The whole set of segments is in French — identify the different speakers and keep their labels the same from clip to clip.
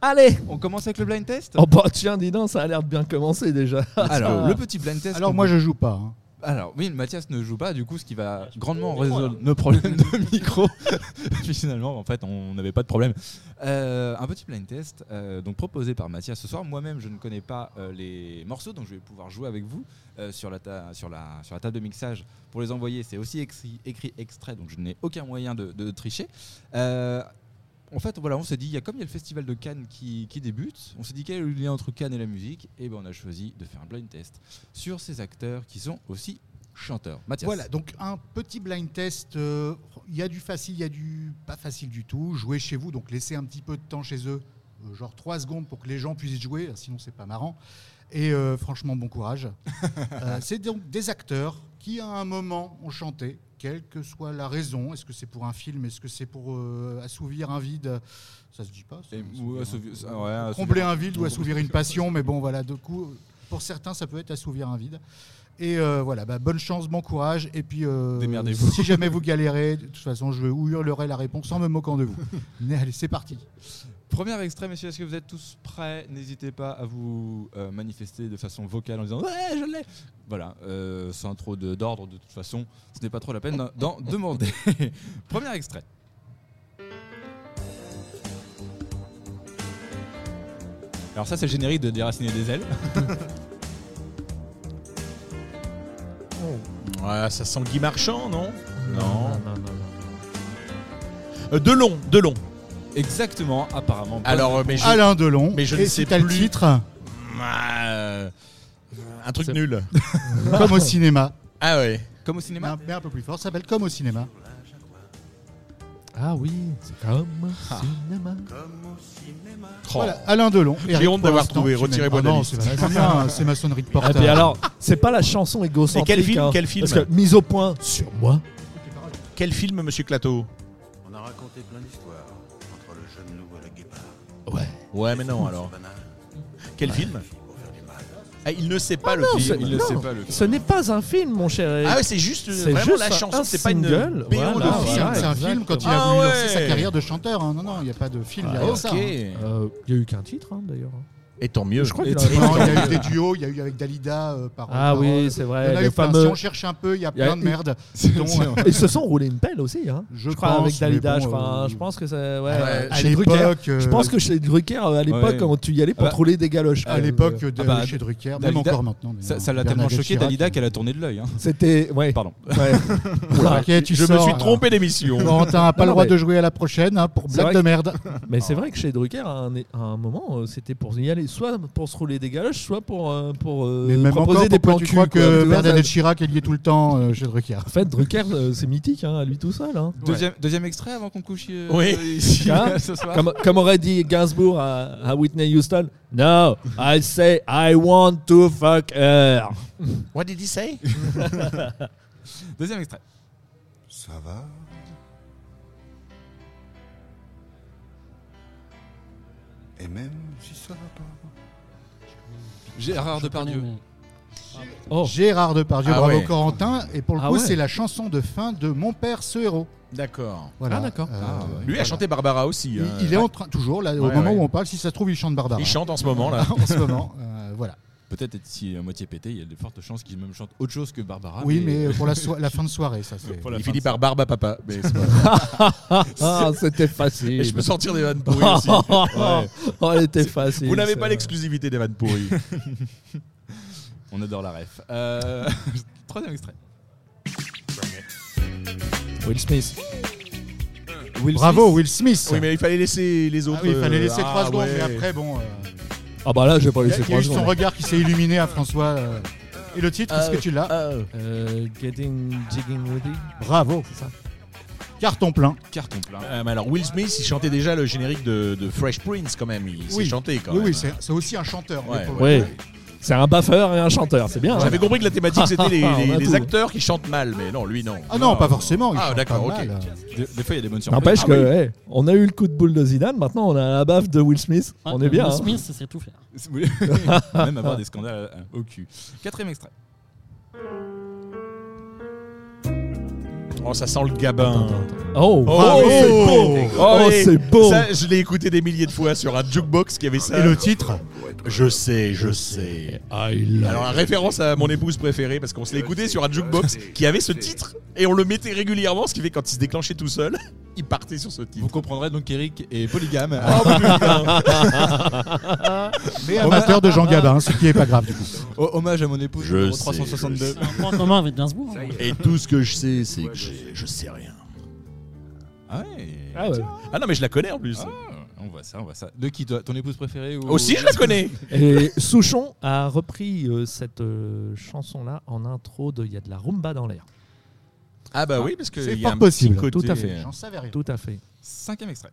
Speaker 1: Allez
Speaker 2: On commence avec le blind test
Speaker 1: Oh bah tiens, dis donc, ça a l'air de bien commencer déjà.
Speaker 2: Alors, le petit blind test.
Speaker 3: Alors
Speaker 2: qu'on
Speaker 3: moi je joue pas. hein.
Speaker 2: Alors, oui, Mathias ne joue pas, du coup, ce qui va grandement
Speaker 4: micro,
Speaker 2: résoudre nos problèmes de micro. Puis finalement, en fait, on n'avait pas de problème. Euh, un petit blind test, euh, donc proposé par Mathias ce soir. Moi-même, je ne connais pas euh, les morceaux, donc je vais pouvoir jouer avec vous euh, sur, la ta- sur, la, sur la table de mixage pour les envoyer. C'est aussi écrit, écrit extrait, donc je n'ai aucun moyen de, de tricher. Euh, en fait, voilà, on s'est dit, il y a, comme il y a le festival de Cannes qui, qui débute, on s'est dit quel est le lien entre Cannes et la musique Et ben, on a choisi de faire un blind test sur ces acteurs qui sont aussi chanteurs. Mathias.
Speaker 3: Voilà, donc un petit blind test. euh, Il y a du facile, il y a du pas facile du tout. Jouez chez vous, donc laissez un petit peu de temps chez eux, euh, genre 3 secondes pour que les gens puissent jouer, sinon c'est pas marrant. Et euh, franchement, bon courage. Euh, c'est donc des acteurs qui, à un moment, ont chanté, quelle que soit la raison. Est-ce que c'est pour un film Est-ce que c'est pour euh, assouvir un vide Ça se dit pas. ça,
Speaker 2: Et-
Speaker 3: assouvir
Speaker 2: ou
Speaker 3: un- euh,
Speaker 2: assouvi- ça, ouais,
Speaker 4: Ah,
Speaker 2: assouvir-
Speaker 3: combler un vide ou assouvir une passion, mais bon, voilà, de coup, pour certains, ça peut être assouvir un vide. Et euh, voilà, bah, bonne chance, bon courage, et puis euh,
Speaker 2: Démerdez-vous.
Speaker 3: si jamais vous galérez, de toute façon, je vous hurlerai la réponse en me moquant de vous. Mais allez, c'est parti.
Speaker 2: Premier extrait, messieurs, est-ce que vous êtes tous prêts N'hésitez pas à vous euh, manifester de façon vocale en disant Ouais, je l'ai Voilà, euh, sans trop de- d'ordre, de, toute façon, ce n'est pas trop la peine d'en- d'en demander. Premier extrait. Alors, ça, c'est le générique de Déraciner des ailes.
Speaker 4: Ouais, ça sent Guy Marchand, non
Speaker 1: Non, non, non.
Speaker 4: Euh, Delon, Delon.
Speaker 2: Exactement, apparemment. Bonne
Speaker 4: Alors, euh, mais je.
Speaker 3: Alain Delon,
Speaker 4: mais je
Speaker 3: et
Speaker 4: ne
Speaker 3: si
Speaker 4: sais
Speaker 3: t'as le
Speaker 4: plus.
Speaker 3: titre,
Speaker 4: Euh, un truc
Speaker 1: C'est-
Speaker 4: nul.
Speaker 3: comme au cinéma,
Speaker 4: Ah ouais.
Speaker 2: Comme au
Speaker 3: mais
Speaker 2: cinéma
Speaker 3: un, mais un peu plus fort, ça s'appelle Comme au cinéma.
Speaker 1: Ah oui, c'est comme cinéma.
Speaker 4: Oh.
Speaker 3: Voilà, Alain Delon. Eric,
Speaker 4: honte
Speaker 3: pour
Speaker 4: d'avoir
Speaker 3: l'instant,
Speaker 4: trouvé, Ah,
Speaker 3: tu m'aimes.
Speaker 4: retirez-moi
Speaker 3: Ah
Speaker 4: de la
Speaker 3: non,
Speaker 4: liste.
Speaker 3: c'est pas- c'est bien, hein, c'est maçonnerie de
Speaker 1: Et
Speaker 3: porte.
Speaker 1: puis Eh alors, c'est pas la chanson égocentrique.
Speaker 4: Et quel film,
Speaker 1: hein,
Speaker 4: quel film
Speaker 1: Parce que mise au point sur moi.
Speaker 4: Quel film, monsieur Clateau
Speaker 5: On a raconté plein d'histoires entre le jeune loup et le guépard.
Speaker 1: Ouais.
Speaker 4: Ouais, mais non, alors.
Speaker 5: Banal,
Speaker 4: Quel film
Speaker 5: pour faire du mal.
Speaker 4: Ah, Il ne sait pas le
Speaker 1: non,
Speaker 4: film.
Speaker 1: c'est-
Speaker 2: Il ne
Speaker 1: non.
Speaker 2: sait pas le
Speaker 1: Ce n'est pas un film, mon cher. Eric.
Speaker 4: Ah ouais, c'est juste euh,
Speaker 1: C'est
Speaker 4: vraiment
Speaker 1: juste
Speaker 4: la
Speaker 1: un-
Speaker 4: chanson,
Speaker 1: un
Speaker 4: c'est pas une
Speaker 1: single,
Speaker 4: BO
Speaker 1: voilà,
Speaker 4: de
Speaker 3: C'est un-
Speaker 4: film.
Speaker 3: c'est un
Speaker 1: Exactement.
Speaker 3: film quand il a
Speaker 4: Ah
Speaker 3: voulu
Speaker 4: ouais.
Speaker 3: lancer sa carrière de chanteur. hein. Non, non, il n'y a pas de film
Speaker 1: Ah,
Speaker 3: derrière
Speaker 4: Ok.
Speaker 3: ça. hein.
Speaker 1: Euh, Il y a eu qu'un titre, hein, d'ailleurs.
Speaker 4: Et tant mieux.
Speaker 1: Je crois
Speaker 2: Et
Speaker 1: qu'il en
Speaker 2: tu-
Speaker 1: a-
Speaker 3: Non, il y a eu des duos, il y a eu avec Dalida euh, par
Speaker 1: Ah
Speaker 3: par-
Speaker 1: oui, c'est
Speaker 3: Il y
Speaker 1: vrai.
Speaker 3: en a
Speaker 1: le
Speaker 3: eu plein. Si
Speaker 1: fameux.
Speaker 3: on cherche un peu, il y a
Speaker 1: Il y a euh,
Speaker 3: plein de
Speaker 1: eu-
Speaker 3: merde.
Speaker 2: C'est-
Speaker 3: dont-
Speaker 2: c'est-
Speaker 1: Ils se sont roulés une pelle aussi, hein.
Speaker 3: Je
Speaker 1: crois
Speaker 3: pense,
Speaker 1: avec Dalida,
Speaker 3: mais
Speaker 1: je
Speaker 3: bon,
Speaker 1: crois. hein.
Speaker 3: euh,
Speaker 1: je pense que c'est ouais.
Speaker 4: Ouais.
Speaker 1: euh,
Speaker 3: à
Speaker 1: chez Drucker.
Speaker 3: l'époque, euh,
Speaker 1: Je pense que chez Drucker euh, à l'époque,
Speaker 2: Ouais.
Speaker 1: quand tu y allais pour
Speaker 2: Ah bah,
Speaker 1: trouver des galoches.
Speaker 3: à
Speaker 1: quoi.
Speaker 3: l'époque
Speaker 1: Euh,
Speaker 3: de
Speaker 2: ah bah,
Speaker 3: chez Drucker, même
Speaker 2: Dalida-
Speaker 3: encore maintenant. mais
Speaker 2: ça-
Speaker 3: non,
Speaker 2: ça l'a tellement
Speaker 3: Bernadette
Speaker 2: choqué
Speaker 3: Chirac,
Speaker 2: Dalida qu'elle a tourné de l'œil. hein.
Speaker 1: c'était ouais.
Speaker 2: Pardon.
Speaker 1: ouais.
Speaker 3: euh, ok, tu
Speaker 4: Je me
Speaker 3: sors,
Speaker 4: suis
Speaker 3: alors.
Speaker 4: trompé d'émission.
Speaker 3: Corentin n'a pas
Speaker 1: Non,
Speaker 3: le droit
Speaker 1: mais-
Speaker 3: de jouer à la prochaine hein, pour
Speaker 1: C'est
Speaker 3: blague
Speaker 1: vrai
Speaker 3: de
Speaker 1: que-
Speaker 3: merde.
Speaker 1: Mais c'est vrai que chez Drucker, à un, à un moment, euh, c'était pour y aller soit pour se rouler des galoches, soit pour, euh, pour euh,
Speaker 3: Mais même
Speaker 1: proposer
Speaker 3: encore,
Speaker 1: des
Speaker 3: pourquoi
Speaker 1: plans
Speaker 3: tu
Speaker 1: cul,
Speaker 3: crois
Speaker 1: quoi. Tu
Speaker 3: que
Speaker 1: vois,
Speaker 3: Bernadette
Speaker 1: ça-
Speaker 3: Chirac est liée tout le temps euh, chez Drucker
Speaker 1: En fait, Drucker, euh, c'est mythique hein, à lui tout seul. hein.
Speaker 2: Deuxième, deuxième extrait avant qu'on couche euh,
Speaker 4: Oui.
Speaker 2: ici,
Speaker 1: Hein
Speaker 2: ce soir.
Speaker 1: Comme, comme aurait dit Gainsbourg à, à Whitney Houston, No, I say I want to fuck her.
Speaker 4: What did he say
Speaker 2: Deuxième extrait.
Speaker 5: Ça va Et même si ça va pas.
Speaker 2: Gérard Depardieu.
Speaker 1: Oh,
Speaker 3: Gérard Depardieu,
Speaker 4: Ah
Speaker 3: bravo
Speaker 4: ouais.
Speaker 3: Corentin. Et pour le
Speaker 1: Ah
Speaker 3: coup,
Speaker 1: ouais.
Speaker 3: c'est la chanson de fin de Mon père, ce héros.
Speaker 4: D'accord.
Speaker 3: Voilà.
Speaker 1: Ah, d'accord.
Speaker 3: Euh,
Speaker 2: Ah, ouais.
Speaker 3: voilà.
Speaker 4: Lui a chanté Barbara aussi.
Speaker 3: Il,
Speaker 4: hein.
Speaker 3: il est en train, toujours, là, au
Speaker 4: Ouais,
Speaker 3: moment
Speaker 4: ouais.
Speaker 3: où on parle, si ça se trouve, il chante Barbara.
Speaker 4: Il chante en ce moment là.
Speaker 3: en ce moment. euh, voilà.
Speaker 2: Peut-être être si à moitié pété, il y a de fortes chances qu'il même chante autre chose que
Speaker 4: Ah,
Speaker 2: Barbara.
Speaker 3: oui, mais euh, pour la, so- la fin de soirée, ça c'est.
Speaker 4: Il finit par Barba Papa. Mais c'est pas grave.
Speaker 1: ah, c'était
Speaker 4: Et
Speaker 1: facile.
Speaker 4: je peux sortir des vannes pourries aussi. Ouais.
Speaker 1: Oh, elle était facile.
Speaker 4: Vous n'avez pas
Speaker 1: celle-là.
Speaker 4: l'exclusivité des vannes pourries.
Speaker 2: On adore la ref. Euh, Troisième extrait.
Speaker 1: Will Smith.
Speaker 2: Will
Speaker 3: Bravo,
Speaker 2: Smith.
Speaker 3: Will Smith.
Speaker 4: oui, mais il fallait laisser les
Speaker 3: Ah
Speaker 4: autres.
Speaker 3: oui, il fallait laisser
Speaker 4: euh,
Speaker 3: trois
Speaker 4: ah
Speaker 3: secondes,
Speaker 4: ouais.
Speaker 3: mais après, bon. euh,
Speaker 1: Ah bah là, je vais pas
Speaker 3: Il y a-
Speaker 1: laisser
Speaker 3: il y
Speaker 1: trois
Speaker 3: a eu son
Speaker 1: secondes.
Speaker 3: regard qui s'est illuminé à François. euh, Et le titre, est-ce que tu l'as
Speaker 4: Euh,
Speaker 1: Euh, getting jigging with it.
Speaker 3: Bravo.
Speaker 1: C'est ça.
Speaker 3: Carton plein.
Speaker 2: Carton plein.
Speaker 4: euh, mais alors Will Smith, il chantait déjà le générique de, de Fresh Prince quand même. Il
Speaker 3: Oui.
Speaker 4: s'est chanté quand
Speaker 3: oui,
Speaker 4: même.
Speaker 3: oui, c'est c'est aussi un chanteur.
Speaker 4: Ouais.
Speaker 3: mais pour le
Speaker 1: Ouais.
Speaker 3: coup,
Speaker 1: C'est un baffeur et un chanteur, c'est bien. hein.
Speaker 4: J'avais compris que la thématique c'était les,
Speaker 1: On a
Speaker 4: les- les
Speaker 1: tout.
Speaker 4: acteurs qui chantent mal, mais non, lui non.
Speaker 3: Ah non, pas forcément. il
Speaker 4: Ah,
Speaker 3: chante
Speaker 4: d'accord,
Speaker 3: pas
Speaker 4: ok.
Speaker 3: mal.
Speaker 2: Des, des fois, il y a des bonnes surprises.
Speaker 1: N'empêche
Speaker 4: Ah
Speaker 1: que, hey, on a eu le coup de boule de Zidane, maintenant on a la baffe de Will Smith. on est bien. hein.
Speaker 4: Smith,
Speaker 6: Ah, euh, Smith, ça sait tout faire.
Speaker 2: Oui. Même avoir des scandales euh, au cul. Quatrième extrait.
Speaker 4: Oh, ça sent le gabin.
Speaker 1: Oh,
Speaker 4: Oh,
Speaker 1: Ah,
Speaker 4: oui,
Speaker 1: mais c'est
Speaker 4: oh,
Speaker 1: beau.
Speaker 4: oh,
Speaker 1: Oh,
Speaker 4: oui.
Speaker 1: c'est beau.
Speaker 4: Ça, je l'ai écouté des milliers de fois sur un jukebox qui avait ça.
Speaker 3: Et le titre
Speaker 4: Je sais, je sais.
Speaker 1: I love
Speaker 4: Alors, la référence à mon épouse préférée, parce qu'on se l'écoutait sur un jukebox qui avait ce titre, et on le mettait régulièrement, ce qui fait que quand il se déclenchait tout seul, il partait sur ce
Speaker 2: Vous
Speaker 4: titre.
Speaker 2: comprendrez donc qu'Eric est polygame.
Speaker 3: Mais amateur de Jean Gabin, ce qui n'est pas grave du coup.
Speaker 2: Ho- Hommage à mon épouse
Speaker 4: Je
Speaker 2: numéro
Speaker 4: sais,
Speaker 2: 362.
Speaker 6: un point commun avec Gainsbourg. hein.
Speaker 4: Et tout ce que je sais, c'est que j'ai- je sais rien.
Speaker 2: Ah ouais.
Speaker 1: Ah ouais.
Speaker 4: Ah non, mais je la connais en plus.
Speaker 2: On voit ça, on voit ça. De qui toi Ton épouse préférée ou...
Speaker 4: Aussi, je la connais.
Speaker 1: Et Souchon a repris euh, cette euh, chanson-là en intro de Il y a de la rumba dans l'air.
Speaker 4: Ah bah oui, parce que
Speaker 3: C'est
Speaker 4: il y a
Speaker 3: fort
Speaker 4: un
Speaker 3: possible,
Speaker 4: petit côté-
Speaker 1: tout à fait.
Speaker 3: J'en savais rien.
Speaker 1: Tout à fait.
Speaker 2: Cinquième extrait.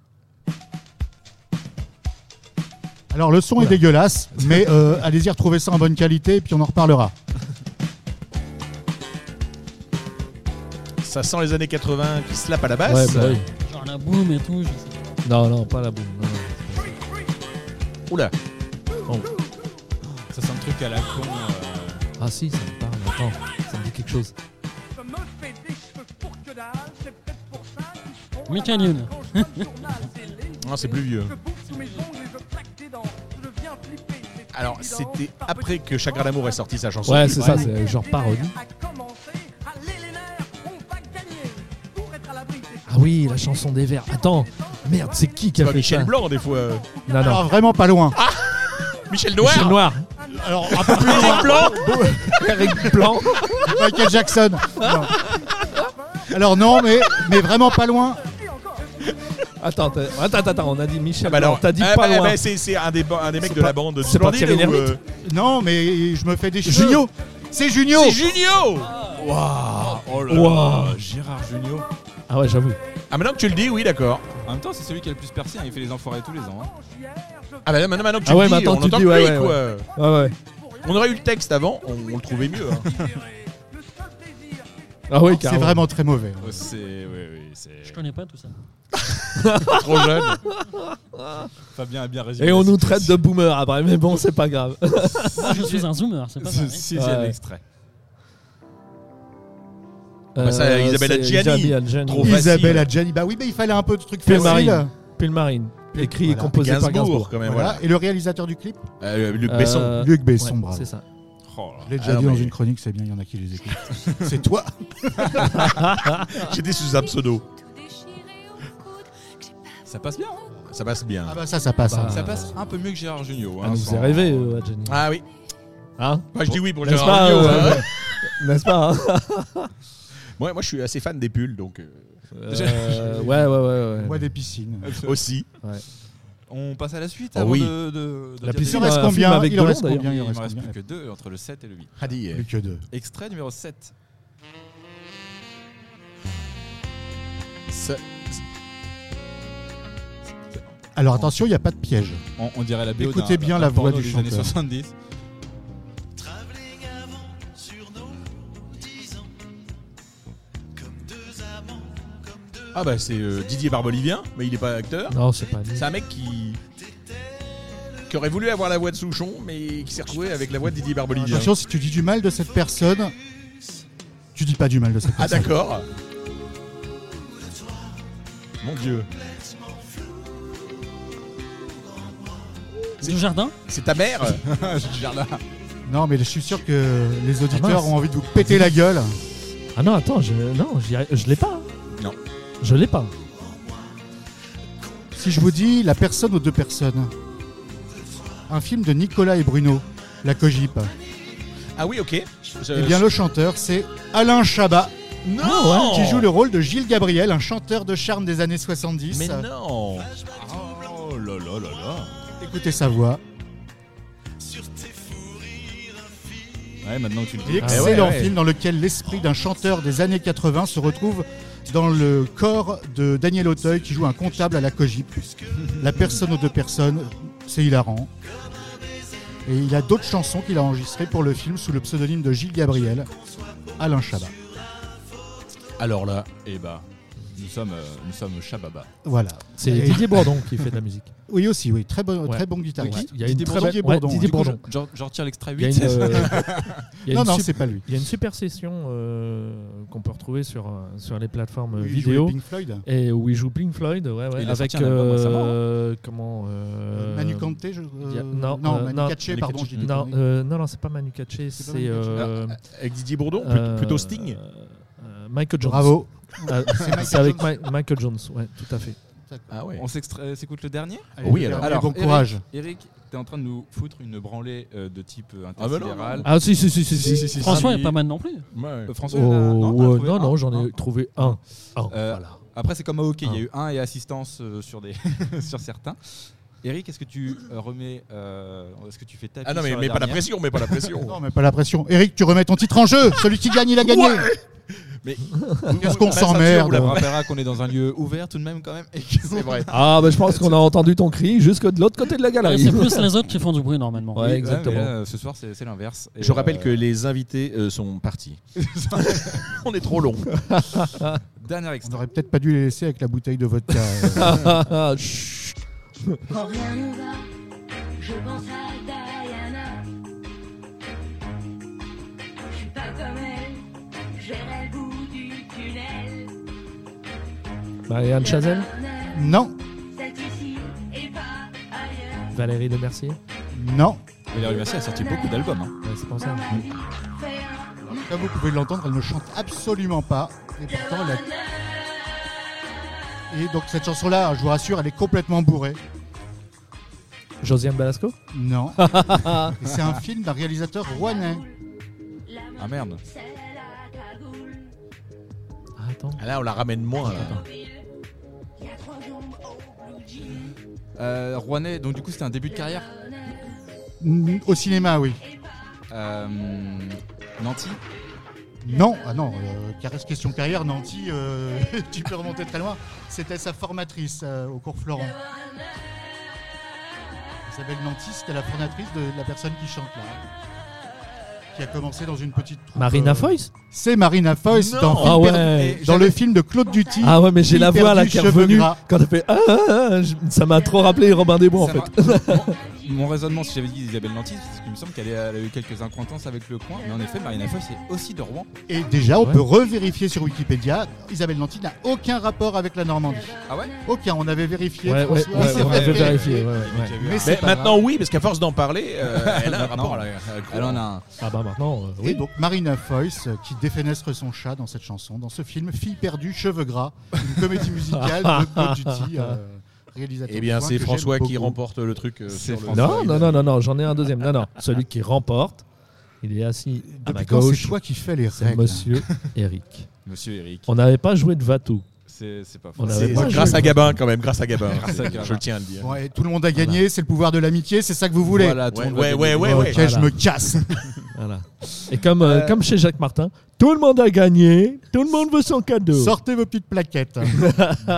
Speaker 3: Alors le son est dégueulasse, mais euh, allez-y retrouver ça en bonne qualité et puis on en reparlera.
Speaker 4: Ça sent les années 80 qui slap à la basse.
Speaker 1: Ouais, bah oui.
Speaker 6: Genre la boum et tout. Je sais pas.
Speaker 1: Non, non, pas la boum. non, non.
Speaker 4: Oula. Oh.
Speaker 2: Ça sent le truc à la con. euh,
Speaker 1: Ah si, ça me parle. Attends, ça me dit quelque chose.
Speaker 6: Michael Youn.
Speaker 4: Non, c'est plus vieux. Alors, c'était après que Chagrin d'amour est sorti sa chanson.
Speaker 1: Ouais, c'est ça, c'est Euh, genre parodie. Ah oui, la chanson des vers. Attends, merde, c'est qui qui
Speaker 4: C'est
Speaker 1: a
Speaker 4: pas
Speaker 1: fait
Speaker 4: Michel
Speaker 1: ça
Speaker 4: Blanc, des fois. euh.
Speaker 1: Non, non.
Speaker 3: Alors vraiment pas loin.
Speaker 4: Michel Noir.
Speaker 1: Michel Noir.
Speaker 3: Alors un peu plus
Speaker 4: Michel Bah Blanc.
Speaker 1: Eric Blanc.
Speaker 3: Michael Jackson. Non. Alors non, mais, mais vraiment pas loin.
Speaker 1: Attends, t'as- attends, attends, attends, on a dit Michel
Speaker 4: Ah bah
Speaker 1: Blanc.
Speaker 4: non.
Speaker 1: T'as dit
Speaker 4: Ah
Speaker 1: pas
Speaker 4: bah,
Speaker 1: loin.
Speaker 4: bah, c'est c'est un des, ba- un des mecs de
Speaker 1: pas-
Speaker 4: la bande.
Speaker 1: c'est pas
Speaker 4: Splendide
Speaker 1: Thierry
Speaker 4: ou,
Speaker 1: Lhermitte
Speaker 4: euh,
Speaker 3: Non, mais je me fais des cheveux. Junio C'est Junio
Speaker 4: C'est Junio. Waouh. Oh là là.
Speaker 1: Oh. Waouh.
Speaker 2: Gérard Junior.
Speaker 1: Ah ouais, j'avoue.
Speaker 4: Ah maintenant que tu le dis, oui, d'accord.
Speaker 2: En même temps, c'est celui qui a le plus percé. hein, Il fait les enfoirés tous les ans. hein.
Speaker 4: Ah bah maintenant, maintenant que tu
Speaker 1: Ah ouais,
Speaker 4: le dis,
Speaker 1: maintenant
Speaker 4: on
Speaker 1: que tu
Speaker 4: l'entend
Speaker 1: le dis,
Speaker 4: plus,
Speaker 1: ouais, ouais,
Speaker 4: quoi.
Speaker 1: Ouais, Ah ouais.
Speaker 4: On aurait eu le texte avant, on, on le trouvait mieux. hein.
Speaker 1: Ah ouais,
Speaker 3: C'est
Speaker 1: carrément.
Speaker 3: vraiment très mauvais.
Speaker 2: Oh, c'est. Oui, oui, c'est.
Speaker 6: Je connais pas tout ça.
Speaker 4: Trop jeune.
Speaker 2: Fabien a bien résumé.
Speaker 1: Et on
Speaker 2: la
Speaker 1: nous traite de boomer après, mais bon, c'est pas grave.
Speaker 6: Moi, je suis un zoomer, c'est pas
Speaker 2: situation.
Speaker 6: pareil.
Speaker 2: Sixième
Speaker 1: Ouais.
Speaker 2: extrait.
Speaker 1: Euh,
Speaker 4: ça, Isabella
Speaker 1: c'est
Speaker 4: Gianni.
Speaker 1: Isabella Gianni.
Speaker 4: Trop facile.
Speaker 3: Isabelle Adjani. Bah oui, mais il fallait un peu de truc
Speaker 1: Phil
Speaker 3: facile.
Speaker 1: Marine. Pulmarine, écrit
Speaker 3: Voilà.
Speaker 1: et composé par
Speaker 4: Gainsbourg,
Speaker 1: Gainsbourg.
Speaker 4: quand même.
Speaker 3: Voilà.
Speaker 4: Voilà.
Speaker 3: Et le réalisateur du clip
Speaker 4: Euh, Luc
Speaker 1: Euh,
Speaker 4: Besson.
Speaker 1: ouais,
Speaker 3: Luc Besson, bravo.
Speaker 1: C'est ça.
Speaker 2: Oh là là.
Speaker 3: Je l'ai
Speaker 4: Ah
Speaker 3: déjà
Speaker 4: non,
Speaker 3: dit dans
Speaker 4: mais-
Speaker 3: une chronique, c'est bien, il y en a qui les écoutent. c'est toi
Speaker 4: J'étais sous un pseudo.
Speaker 2: Ça passe bien. hein.
Speaker 4: Ça passe bien.
Speaker 3: Ah bah ça, ça passe.
Speaker 1: Bah,
Speaker 3: hein.
Speaker 2: Ça passe un peu mieux que Gérard Junior. hein,
Speaker 1: Elle nous faisait rêver, euh, Gianni.
Speaker 4: Ah oui.
Speaker 1: Hein
Speaker 4: Moi, je dis oui pour
Speaker 1: N'est-ce
Speaker 4: Gérard
Speaker 1: pas,
Speaker 4: Jugnot,
Speaker 1: euh,
Speaker 4: hein.
Speaker 1: N'est-ce pas hein
Speaker 4: Ouais, moi, je suis assez fan des pulls, donc euh,
Speaker 1: Euh, Ouais, ouais, ouais.
Speaker 3: Moi
Speaker 1: ouais.
Speaker 3: des piscines.
Speaker 4: aussi.
Speaker 2: On passe à la suite.
Speaker 4: Oh
Speaker 2: avant
Speaker 4: oui.
Speaker 2: de- de- de
Speaker 1: La
Speaker 2: dire
Speaker 3: Il en
Speaker 1: piscine, un
Speaker 2: des-
Speaker 3: reste
Speaker 1: film
Speaker 3: combien
Speaker 1: avec
Speaker 3: Il en
Speaker 1: Delon,
Speaker 3: reste
Speaker 1: d'ailleurs.
Speaker 3: combien
Speaker 2: Il
Speaker 3: Il en
Speaker 2: me
Speaker 3: reste
Speaker 2: reste
Speaker 3: combien
Speaker 2: plus que deux entre le 7 et le 8.
Speaker 4: Hadi. euh,
Speaker 3: Plus que deux.
Speaker 2: Extrait numéro 7.
Speaker 4: Ça-
Speaker 3: Alors attention, il n'y a pas de piège.
Speaker 2: On, on dirait la BO
Speaker 3: Écoutez
Speaker 2: d'un-
Speaker 3: bien
Speaker 2: d'un
Speaker 3: la voix
Speaker 2: porno
Speaker 3: du
Speaker 2: des années
Speaker 3: chanteur.
Speaker 2: 70.
Speaker 4: Ah bah c'est euh, Didier Barbolivien, mais il est pas acteur.
Speaker 1: Non, c'est pas.
Speaker 4: C'est un mec qui qui aurait voulu avoir la voix de Souchon, mais qui s'est retrouvé avec la voix de Didier Barbolivien.
Speaker 3: Ah, Attention, si tu dis du mal de cette personne, tu dis pas du mal de cette
Speaker 4: Ah
Speaker 3: personne.
Speaker 4: d'accord. Mon Dieu.
Speaker 6: Du jardin
Speaker 4: C'est ta mère
Speaker 3: Non, mais je suis sûr que
Speaker 4: Ah,
Speaker 3: les auditeurs
Speaker 1: mince.
Speaker 3: ont envie de vous péter la gueule.
Speaker 1: Ah non, attends, je, non, j'y arri- je l'ai pas. hein.
Speaker 4: Non.
Speaker 1: Je l'ai pas.
Speaker 3: Si je vous dis La personne aux deux personnes, un film de Nicolas et Bruno, la Cogip,
Speaker 4: Ah oui, ok. Je-
Speaker 3: eh bien le chanteur c'est Alain Chabat
Speaker 4: Non
Speaker 1: Ah
Speaker 3: qui joue le rôle de Gilles Gabriel, un chanteur de charme des années 70.
Speaker 4: Mais non
Speaker 2: Oh là là là là.
Speaker 3: Écoutez sa voix.
Speaker 2: Ah Ouais, maintenant que tu le dis.
Speaker 3: Excellent
Speaker 4: ouais, ouais.
Speaker 3: film dans lequel l'esprit d'un chanteur des années 80 se retrouve dans le corps de Daniel Auteuil qui joue un comptable à la Cogip. La personne aux deux personnes, c'est hilarant. Et il a d'autres chansons qu'il a enregistrées pour le film sous le pseudonyme de Gilles Gabriel, Alain Chabat.
Speaker 4: Alors là, ben,
Speaker 2: Eh bah, Nous sommes, euh, nous sommes Shababa.
Speaker 3: Voilà.
Speaker 1: C'est
Speaker 3: Et-
Speaker 1: Didier Bourdon qui fait de la musique.
Speaker 3: Oui, aussi, oui. Très bon,
Speaker 1: Ouais.
Speaker 3: très bon guitariste.
Speaker 1: Ouais, il y a une
Speaker 3: Didier
Speaker 1: très
Speaker 3: Bourdon.
Speaker 1: belle- ouais,
Speaker 3: Didier
Speaker 1: Didier
Speaker 2: Du coup,
Speaker 1: Bourdon.
Speaker 2: je- je- je retire l'extrait
Speaker 1: Il y a
Speaker 2: 8.
Speaker 1: une, euh, il y a
Speaker 3: Non,
Speaker 1: une
Speaker 3: non,
Speaker 1: sup-
Speaker 3: c'est pas lui.
Speaker 1: il y a une super session euh, qu'on peut retrouver sur, euh, sur les plateformes
Speaker 3: Il jouait
Speaker 1: vidéo.
Speaker 3: Pink Floyd.
Speaker 1: Et où il joue Pink Floyd, ouais, ouais,
Speaker 2: Il a
Speaker 1: avec
Speaker 2: sorti un album récemment,
Speaker 1: euh, comment euh,
Speaker 3: Manu Kanté, je-
Speaker 1: il y a-
Speaker 3: euh,
Speaker 1: non, euh,
Speaker 3: Manu
Speaker 1: non,
Speaker 3: Katché,
Speaker 1: Manu
Speaker 3: pardon,
Speaker 1: Katché.
Speaker 3: j'ai dit.
Speaker 1: non, euh, non, non, c'est pas Manu Katché,
Speaker 3: C'est
Speaker 1: c'est
Speaker 3: pas Manu Katché.
Speaker 1: euh,
Speaker 4: Avec Didier Bourdon, plut-
Speaker 1: euh,
Speaker 4: plutôt Sting.
Speaker 1: euh, euh, Michael Jones.
Speaker 3: Bravo.
Speaker 1: Euh,
Speaker 3: Michael
Speaker 1: c'est avec
Speaker 3: Jones.
Speaker 1: Mi- Michael Jones, ouais, tout à fait.
Speaker 4: Ah ouais.
Speaker 2: On s'extrait- s'écoute le dernier
Speaker 3: Allez,
Speaker 4: Oui,
Speaker 3: le
Speaker 4: alors-
Speaker 3: dernier,
Speaker 2: alors,
Speaker 3: bon
Speaker 2: Eric.
Speaker 3: courage.
Speaker 2: Eric, t'es en train de nous foutre une branlée euh, de type euh,
Speaker 4: Ah bah non,
Speaker 2: intersidéral.
Speaker 1: Ah si, si, si, si, si.
Speaker 6: François
Speaker 2: Ah,
Speaker 6: est pas mal non plus.
Speaker 2: Euh,
Speaker 1: Oh,
Speaker 3: Ah,
Speaker 2: François, il y en a-
Speaker 1: non,
Speaker 2: t'en as
Speaker 1: non,
Speaker 2: trouvé un
Speaker 1: non, j'en ai
Speaker 2: Un
Speaker 1: trouvé un. Un,
Speaker 2: Euh,
Speaker 1: voilà.
Speaker 2: Après, c'est comme à hockey, il y
Speaker 4: Ah.
Speaker 1: Un.
Speaker 2: a eu un et assistance euh, sur, des sur certains. Eric, est-ce que tu euh, remets. euh, est-ce que tu fais tapis
Speaker 4: Ah non, mais,
Speaker 2: sur
Speaker 4: mais pas la
Speaker 2: dernière
Speaker 4: pression, mais pas la pression.
Speaker 3: Non, mais pas la pression. Eric, tu remets ton titre en jeu. Celui qui gagne, il a gagné.
Speaker 4: Mais-
Speaker 3: Qu'est-ce qu'on
Speaker 4: La ceinture ou la
Speaker 3: s'emmerde
Speaker 2: On rappellera qu'on est dans un lieu ouvert tout de même, quand même. Et que
Speaker 4: C'est vrai.
Speaker 1: Ah, bah, je pense qu'on a entendu ton cri jusque de l'autre côté de la
Speaker 6: Ouais,
Speaker 3: Ah,
Speaker 1: galerie.
Speaker 6: C'est plus les autres qui font du bruit normalement.
Speaker 1: Ouais, exactement.
Speaker 2: mais là, ce soir, c'est c'est l'inverse. Et,
Speaker 4: Je rappelle
Speaker 2: euh,
Speaker 4: que les invités euh, sont partis. On est trop long.
Speaker 2: Dernier
Speaker 3: On
Speaker 2: extrait.
Speaker 3: n'aurait peut-être pas dû les laisser avec la bouteille de vodka. euh.
Speaker 1: Ah, Chut.
Speaker 7: Quand rien ne va, je pense à Diana. Je suis pas comme elle, j'ai le bout du tunnel.
Speaker 1: Marianne Chazelle,
Speaker 7: Bonheur,
Speaker 3: non,
Speaker 7: C'est ici et pas ailleurs.
Speaker 1: Valérie de Mercier.
Speaker 3: non.
Speaker 2: Et Larry Mercier a sorti beaucoup d'albums. hein.
Speaker 1: Ouais, c'est pour
Speaker 7: Dans
Speaker 1: ça.
Speaker 7: ma vie, fais un
Speaker 3: Là, vous pouvez l'entendre, elle ne chante absolument pas. Et pourtant, elle a- Et donc, cette chanson-là, je vous rassure, elle est complètement bourrée.
Speaker 1: Josiane Balasco.
Speaker 3: Non. Et c'est un film d'un réalisateur rouennais.
Speaker 2: Ah merde.
Speaker 7: c'est la cagoule.
Speaker 1: Ah, attends.
Speaker 4: Ah Là, on la ramène moins. là.
Speaker 7: Il y a trois jambes au blue jean.
Speaker 2: Euh, Rouennais, donc du coup, c'était un début de carrière.
Speaker 3: Mm, Au cinéma, oui.
Speaker 2: Euh, Nanti
Speaker 3: Non, ah non, euh, car- question carrière, Nanti, euh, tu peux remonter très loin. C'était sa formatrice euh, au cours Florent. Isabelle Nanti, c'était la formatrice de la personne qui chante là. Qui a commencé dans une petite troupe. euh,
Speaker 1: Marina Foïs
Speaker 3: C'est Marina Foïs
Speaker 4: Non.
Speaker 3: dans, Film
Speaker 1: Ah ouais.
Speaker 3: perdu- dans le film de Claude Duty.
Speaker 1: Ah ouais, mais j'ai la
Speaker 3: Hyper
Speaker 1: voix là
Speaker 3: du
Speaker 1: qui est
Speaker 3: cheveu
Speaker 1: revenue
Speaker 3: gras.
Speaker 1: quand elle fait ah, ah, ah, je- ça m'a trop rappelé Robin des Bois en
Speaker 2: Ça
Speaker 1: fait.
Speaker 2: me ra- mon, mon raisonnement, si j'avais dit Isabelle Nanty, parce qu'il me semble qu'elle est- elle a eu quelques incointances avec le coin, mais en effet, Marina Foy, c'est aussi de Rouen.
Speaker 3: Et déjà, on
Speaker 1: Ouais.
Speaker 3: peut revérifier sur Wikipédia, Isabelle Nanti n'a aucun rapport avec la Normandie.
Speaker 2: Ah ouais
Speaker 3: Aucun, on avait vérifié.
Speaker 1: Ouais, ouais,
Speaker 3: François,
Speaker 1: ouais,
Speaker 3: c'est
Speaker 1: on
Speaker 3: vrai.
Speaker 1: avait vérifié. ouais, ouais, ouais.
Speaker 3: Mais c'est
Speaker 4: Mais
Speaker 3: pas grave.
Speaker 4: maintenant, oui, parce qu'à force d'en parler, euh, elle a un
Speaker 2: Maintenant,
Speaker 4: rapport à la. à la-
Speaker 2: Elle en a un.
Speaker 1: Ah bah maintenant, euh,
Speaker 3: Et
Speaker 1: oui.
Speaker 3: donc Marina Foïs euh, qui défenestre son chat dans cette chanson, dans ce film Fille perdue, cheveux gras, une comédie musicale de Claude Duty, euh, réalisateur.
Speaker 4: Eh bien,
Speaker 3: point
Speaker 4: c'est
Speaker 3: que
Speaker 4: François
Speaker 3: j'aime
Speaker 4: qui
Speaker 3: beaucoup.
Speaker 4: remporte le truc. euh,
Speaker 2: C'est
Speaker 4: sur le-
Speaker 1: Non,
Speaker 2: François.
Speaker 1: non, non, non, non, j'en ai un deuxième. Non, non, celui qui remporte, il est assis à Ah, ma
Speaker 3: Depuis quand c'est
Speaker 1: gauche.
Speaker 3: toi qui fais les
Speaker 1: C'est
Speaker 3: règles
Speaker 1: Monsieur Eric.
Speaker 2: Monsieur Eric,
Speaker 1: On n'avait pas joué de Vatou.
Speaker 2: c'est c'est pas faux.
Speaker 1: On
Speaker 4: C'est-
Speaker 1: n'avait
Speaker 3: moi,
Speaker 1: pas
Speaker 3: je-
Speaker 1: joué.
Speaker 4: grâce à Gabin, quand même, grâce à Gabin.
Speaker 2: Grâce à
Speaker 4: C'est-
Speaker 2: Gabin.
Speaker 4: Je le tiens à le dire.
Speaker 3: Bon, et tout le monde a gagné, c'est le pouvoir de l'amitié, c'est ça que vous voulez.
Speaker 2: Voilà, tout le
Speaker 4: Ouais,
Speaker 2: monde
Speaker 4: ouais,
Speaker 2: va
Speaker 4: ouais,
Speaker 2: gagner.
Speaker 4: ouais,
Speaker 3: ok,
Speaker 4: ouais.
Speaker 1: Voilà.
Speaker 3: je me casse.
Speaker 1: Voilà. Et comme, euh, comme chez Jacques Martin, tout le monde a gagné, tout le monde veut son cadeau.
Speaker 3: Sortez vos petites plaquettes.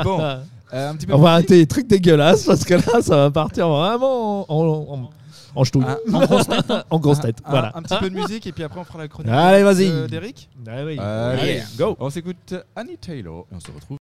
Speaker 2: Bon,
Speaker 1: Ah.
Speaker 2: euh, un petit peu.
Speaker 1: On va arrêter les trucs dégueulasses parce que là, ça va partir vraiment en, en, en, en ch'touille.
Speaker 2: Ah,
Speaker 1: en grosse tête. en grosse tête,
Speaker 2: un,
Speaker 1: voilà.
Speaker 2: un petit peu de musique et puis après on fera la chronique
Speaker 1: Allez, vas-y.
Speaker 2: de- d'Eric.
Speaker 1: Allez,
Speaker 2: Allez,
Speaker 1: go.
Speaker 2: On s'écoute Annie Taylor et on se retrouve.